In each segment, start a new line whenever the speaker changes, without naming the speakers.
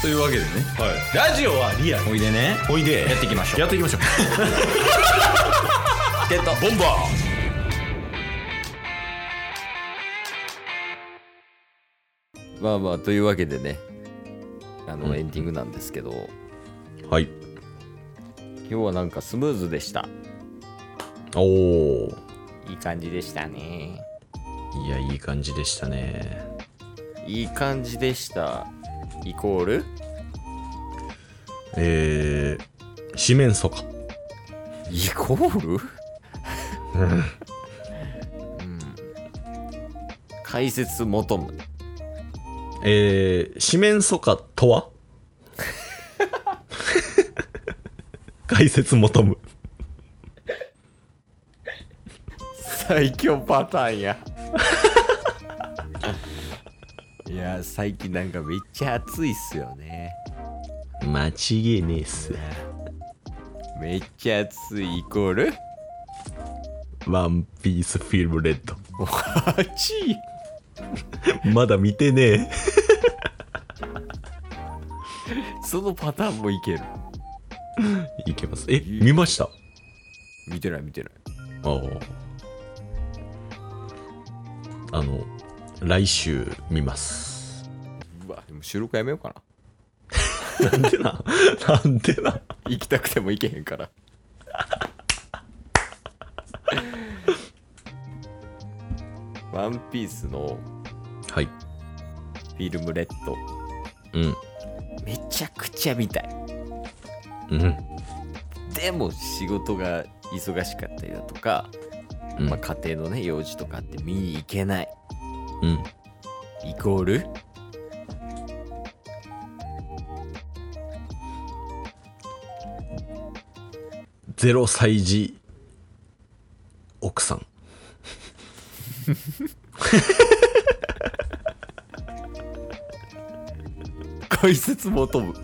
というわけでね
はい、ラジオはリアル
おいでね
おいで
やっていきましょう
やっていきましょう
ゲット
ボンバ
まあまあというわけでねあの、エンディングなんですけど
ーはい
今日はなんかスムーズでした
おお
いい感じでしたね
いやいい感じでしたね
いい感じでしたイコール
えー、四面楚歌
イコール
うん
解説求む
えー、四面楚歌と は解説求む
最強パターンや いや最近なんかめっちゃ暑いっすよね
間違いねえっす
めっちゃ暑いイコール
ワンピースフィルムレッド
暑い
まだ見てね
そのパターンもいける
えいけますえ見ました
見てない見てない
あーあの来週見ます
うわでも収録やめようかな
なんでななんでな
行きたくても行けへんからワンピースの
はい
フィルムレッド
うん
めちゃくちゃ見たい
うん
でも仕事が忙しかったりだとか、
うん
まあ、家庭のね用事とかあって見に行けない
うん
イコール
0歳児奥 さん
解説求む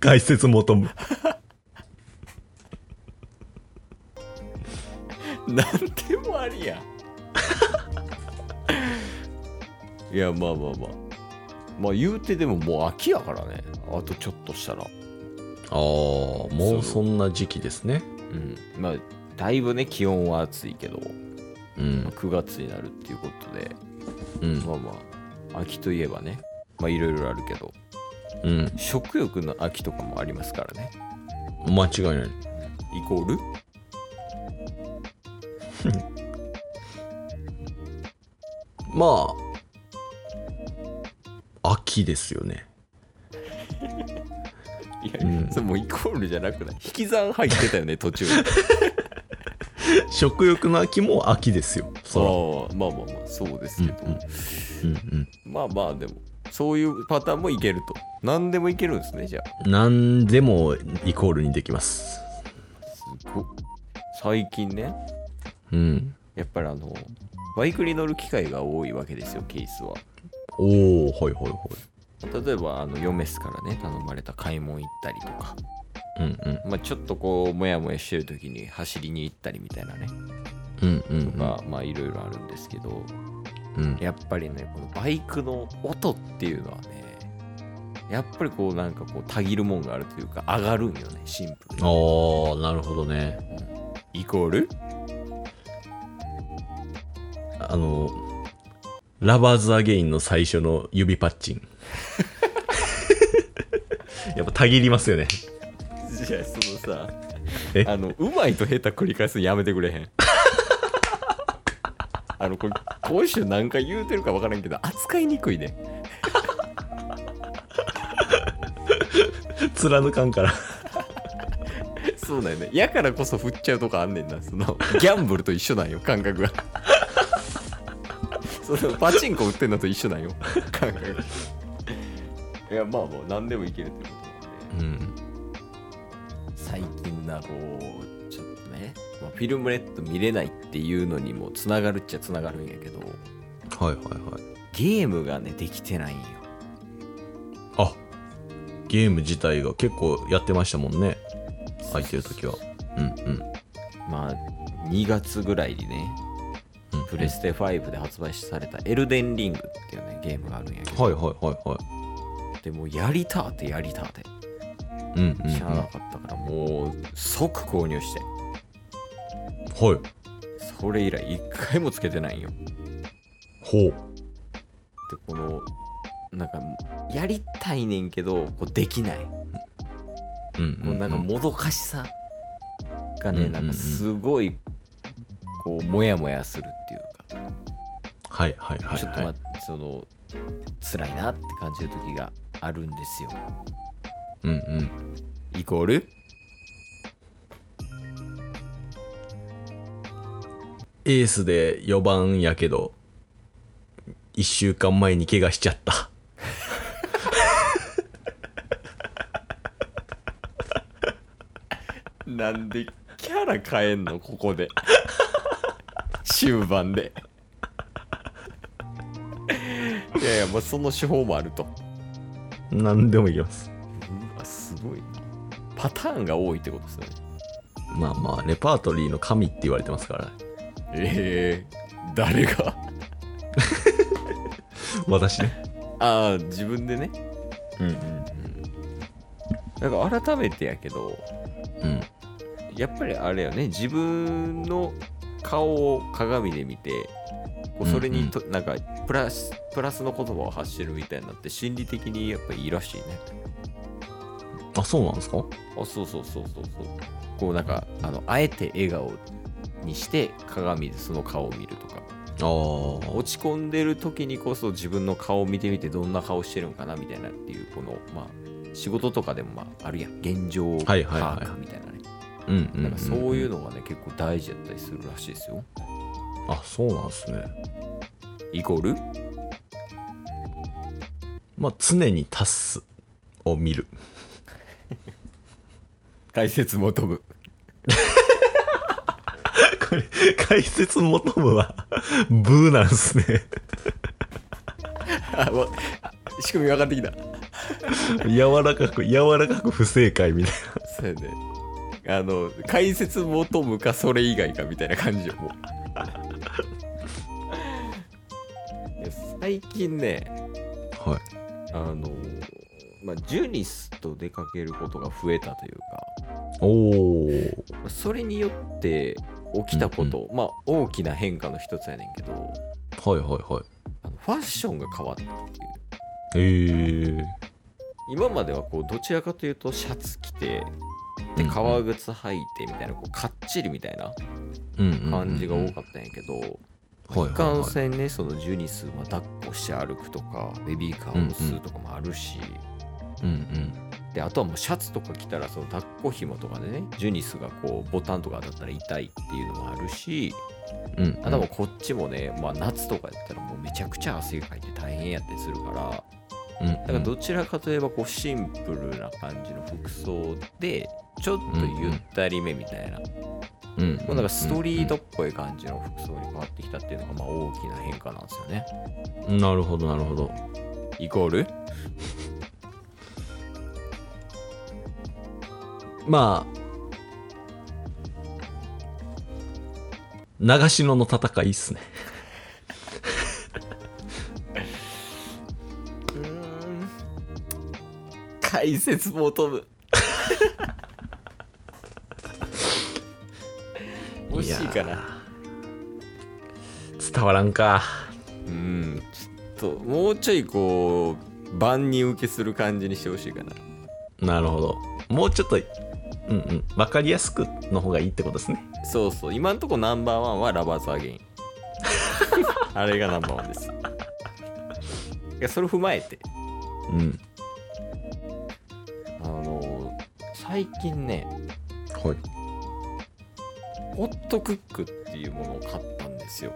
解説求 む
なんでもあ りやんいやまあまあまあまあ言うてでももう秋やからねあとちょっとしたら
ああもうそんな時期ですね
うんまあだいぶね気温は暑いけど、
う
まあ
ん
9月になるっていうことで
うん
まあまあ秋といえばねまあいろいろあるけど
うん
食欲の秋とかもありますからね
間違いない
イコール
まあ秋ですよね
いや、
うん
それもうイコールじゃなくない引き算入ってたよね途中
食欲の秋も秋ですよ そ
そうまあまあまあそうですけど、
うんう、うん
まあまあでもそういうパターンもいけると何でもいけるんですねじゃあ
うん、何でもイコールにできます
すごっ最近ね
うん
やっぱりあのバイクに乗る機会が多いわけですよケースは
おおはいはいは
例えばあのヨメスからね頼まれた買い物行ったりとか、
いうんうん
まあ、ちょっとこうモヤモヤしてる時に走りに行ったりみたいなね
うんうんうん
が、まあいろいろあるんですけど
うん
やっぱりねこのバイクの音っていうのはねやっぱりこうなんかこうたぎるもんがあるというか上がるんよねシンプルに
ああなるほどね
イコール
あのラバーズ・アゲインの最初の指パッチ ンやっぱたぎりますよ ね
じゃあそのさ
え
あのうまいと下手繰り返すのやめてくれへんあのこれ今週何回言うてるか分からんけど扱いにくいね
貫かんから
そうだよねやからこそ振っちゃうとかあんねんなそのギャンブルと一緒なんよ感覚がそのパチンコ売ってんのと一緒なんよ感覚がいやまあまあ何でもいけるってことなん
う
で
ん
最近なこうちょっとね、まあ、フィルムレッド見れないっていうのにもつながるっちゃつながるんやけど
はいはいはい
ゲームがねできてないんよ
あゲーム自体が結構やってましたもんね空いてる時はうんうん
まあ2月ぐらいにね
うん
プレステ5で発売された「エルデンリング」っていうねゲームがあるんやけど、
はいはいはいは
でもうやりたーってやりたーって
うんうん、うん。
しゃあな
は
かったからもう即購入して
い。ほ
それ以来一回もつけてないんよ
う。
でこのなんかやりたいねんけどこうできない
うんう、
こうんなんかもどかしさが
う
ね、
んうんうん
なんかすごいこうモヤモヤするっていうか、
はいはいはい、はい。
ちょっとまあその辛いなって感じる時があるんですよ
うんうん。
イコール
エースで4番やけど、1週間前に怪我しちゃった。
なんでキャラ変えんのここ で終盤でいやいやもうその手法もあると
何でもいきます。
うわすごいなパターンが多いってことですね
まあまあ、レパートリーの神って言われてますから、
えー、誰が
私ね。
ああ自分でね
うん
なんか改めてやけど
うん。うん。
やっぱりあれよね自分の顔を鏡で見てこうそれにと、なんかプラスプラスの言葉を発してるみたいになって心理的にやっぱいいらしいね
あ、そうなんですか
あそうそうそうそうそうこうなんかあのあえて笑顔にして鏡でその顔を見るとか
ああ。
落ち込んでる時にこそ自分の顔を見てみてどんな顔してるんかなみたいなっていうこのまあ仕事とかでもまああるやん現状把
はいはいはい
握みたいなね
うんうん、うん。
なんかそういうのがね結構大事だったりするらしいですよ
あ、そうなんですね。
イコール
まあ、常にタスを見る。
解説求む
これ、解説求むは、ブーなんすね。
あわ仕組み分かってきた
柔らかく、柔らかく不正解みたい
そうやねあの解説求むかそれ以外かみたいな感じよ もういや最近ね
な。はい。
あの、まあ、ジュニスと出かけることが増えたという
おー。
かそれによって起きたこと、まあ大きな変化の一つやねんけど
はいはいはい。
あのファッションが変わった
えー。
今まではこうどちらかというとシャツ着て
う
で
んうん
革靴履いてみたいなこうかっちりみたいな
うんうんうんうん
感じが多かったんやけど
はい
一
はいはい
貫性ねそのジュニスは抱っこして歩くとかベビーカーを吸うとかもあるし、
うんうん。
であとはもうシャツとか着たらその抱っこ紐とかでねジュニスがこうボタンとか当たったら痛いっていうのもあるし
うんうん
あとはもうこっちもね、まあ、夏とかやったらもうめちゃくちゃ汗かいて大変やったりするから
うんうん
だからどちらかといえばこうシンプルな感じの服装でちょっとゆったりめみたいな,、
うん
もうなんかストリートっぽい感じの服装に変わってきたっていうのがまあ大きな変化なんですよね。
うんなるほどなるほど
イコー ル
まあ長篠の戦いっすね
うん解説も飛 ぶ惜しいか
いや
な
ー伝わらんか
うんちょっともうちょいこう万人受けする感じにしてほしいかな
なるほどもうちょっとうんうん分かりやすくの方がいいってことですね
そうそう今んとこナンバーワンはラバーズアゲイ ンあれがナンバーワンですいやそれ踏まえて
うん
あの最近ね
はい
ホットクックっていうものを買ったんですよ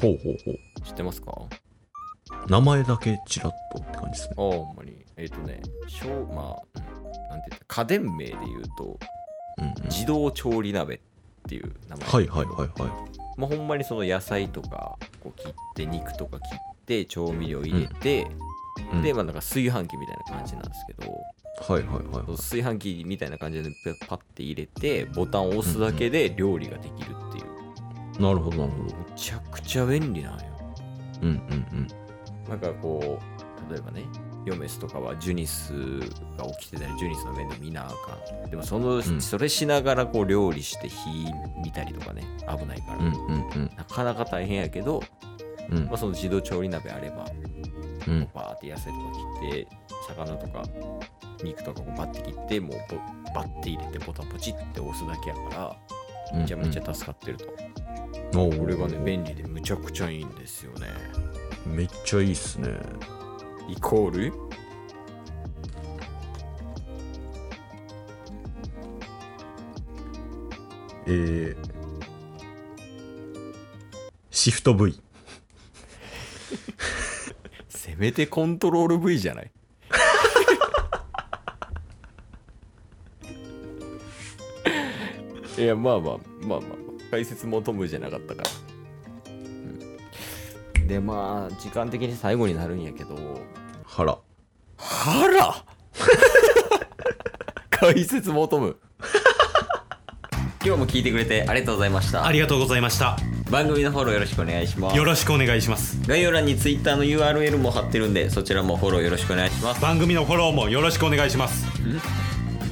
ほうほうほう
知ってますか
名前だけちらっとって感じですね
ああ、ほんまに。えっ、とね、しょうまあ、うんなんて言った家電名で言うと、
うんうん
自動調理鍋っていう名前。
はいはいはいは
まあ、ほんまにその野菜とか、こう切って、肉とか切って、調味料入れて、
い、うん
で、まあ、なんか炊飯器みたいな感じなんですけど、
はいはいはい
その炊飯器みたいな感じでパッて入れて、ボタンを押すだけで料理ができるっていう。
なるほどなるほど
むちゃくちゃ便利なんよ。
うんうんうん
なんかこう、例えばね、ヨメスとかはジュニスが起きてたりジュニスの面倒見なあかんでもその、
ん
それしながらこう料理して火見たりとかね危ないから、
うんうんうん
なかなか大変やけど、
うん
まあ、その自動調理鍋あれば
うん
バーって野菜とか切って魚とか肉とかこうバッて切ってもうぼバッて入れてボタンポチって押すだけやから
うん
めちゃめちゃ助かってると、
お
これがね
ー
便利でむちゃくちゃいいんですよね
めっちゃいいっすね
イコール
えー、シフト V
せめてコントロール V じゃない いやまあまあまあまあまあ解説もトムじゃなかったから、うんでまあ時間的に最後になるんやけど
腹
腹解説もトム今日も聞いてくれてありがとうございました
ありがとうございました
番組のフォローよろしくお願いします
よろしくお願いします
概要欄に Twitter の URL も貼ってるんでそちらもフォローよろしくお願いします
番組のフォローもよろしくお願いします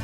す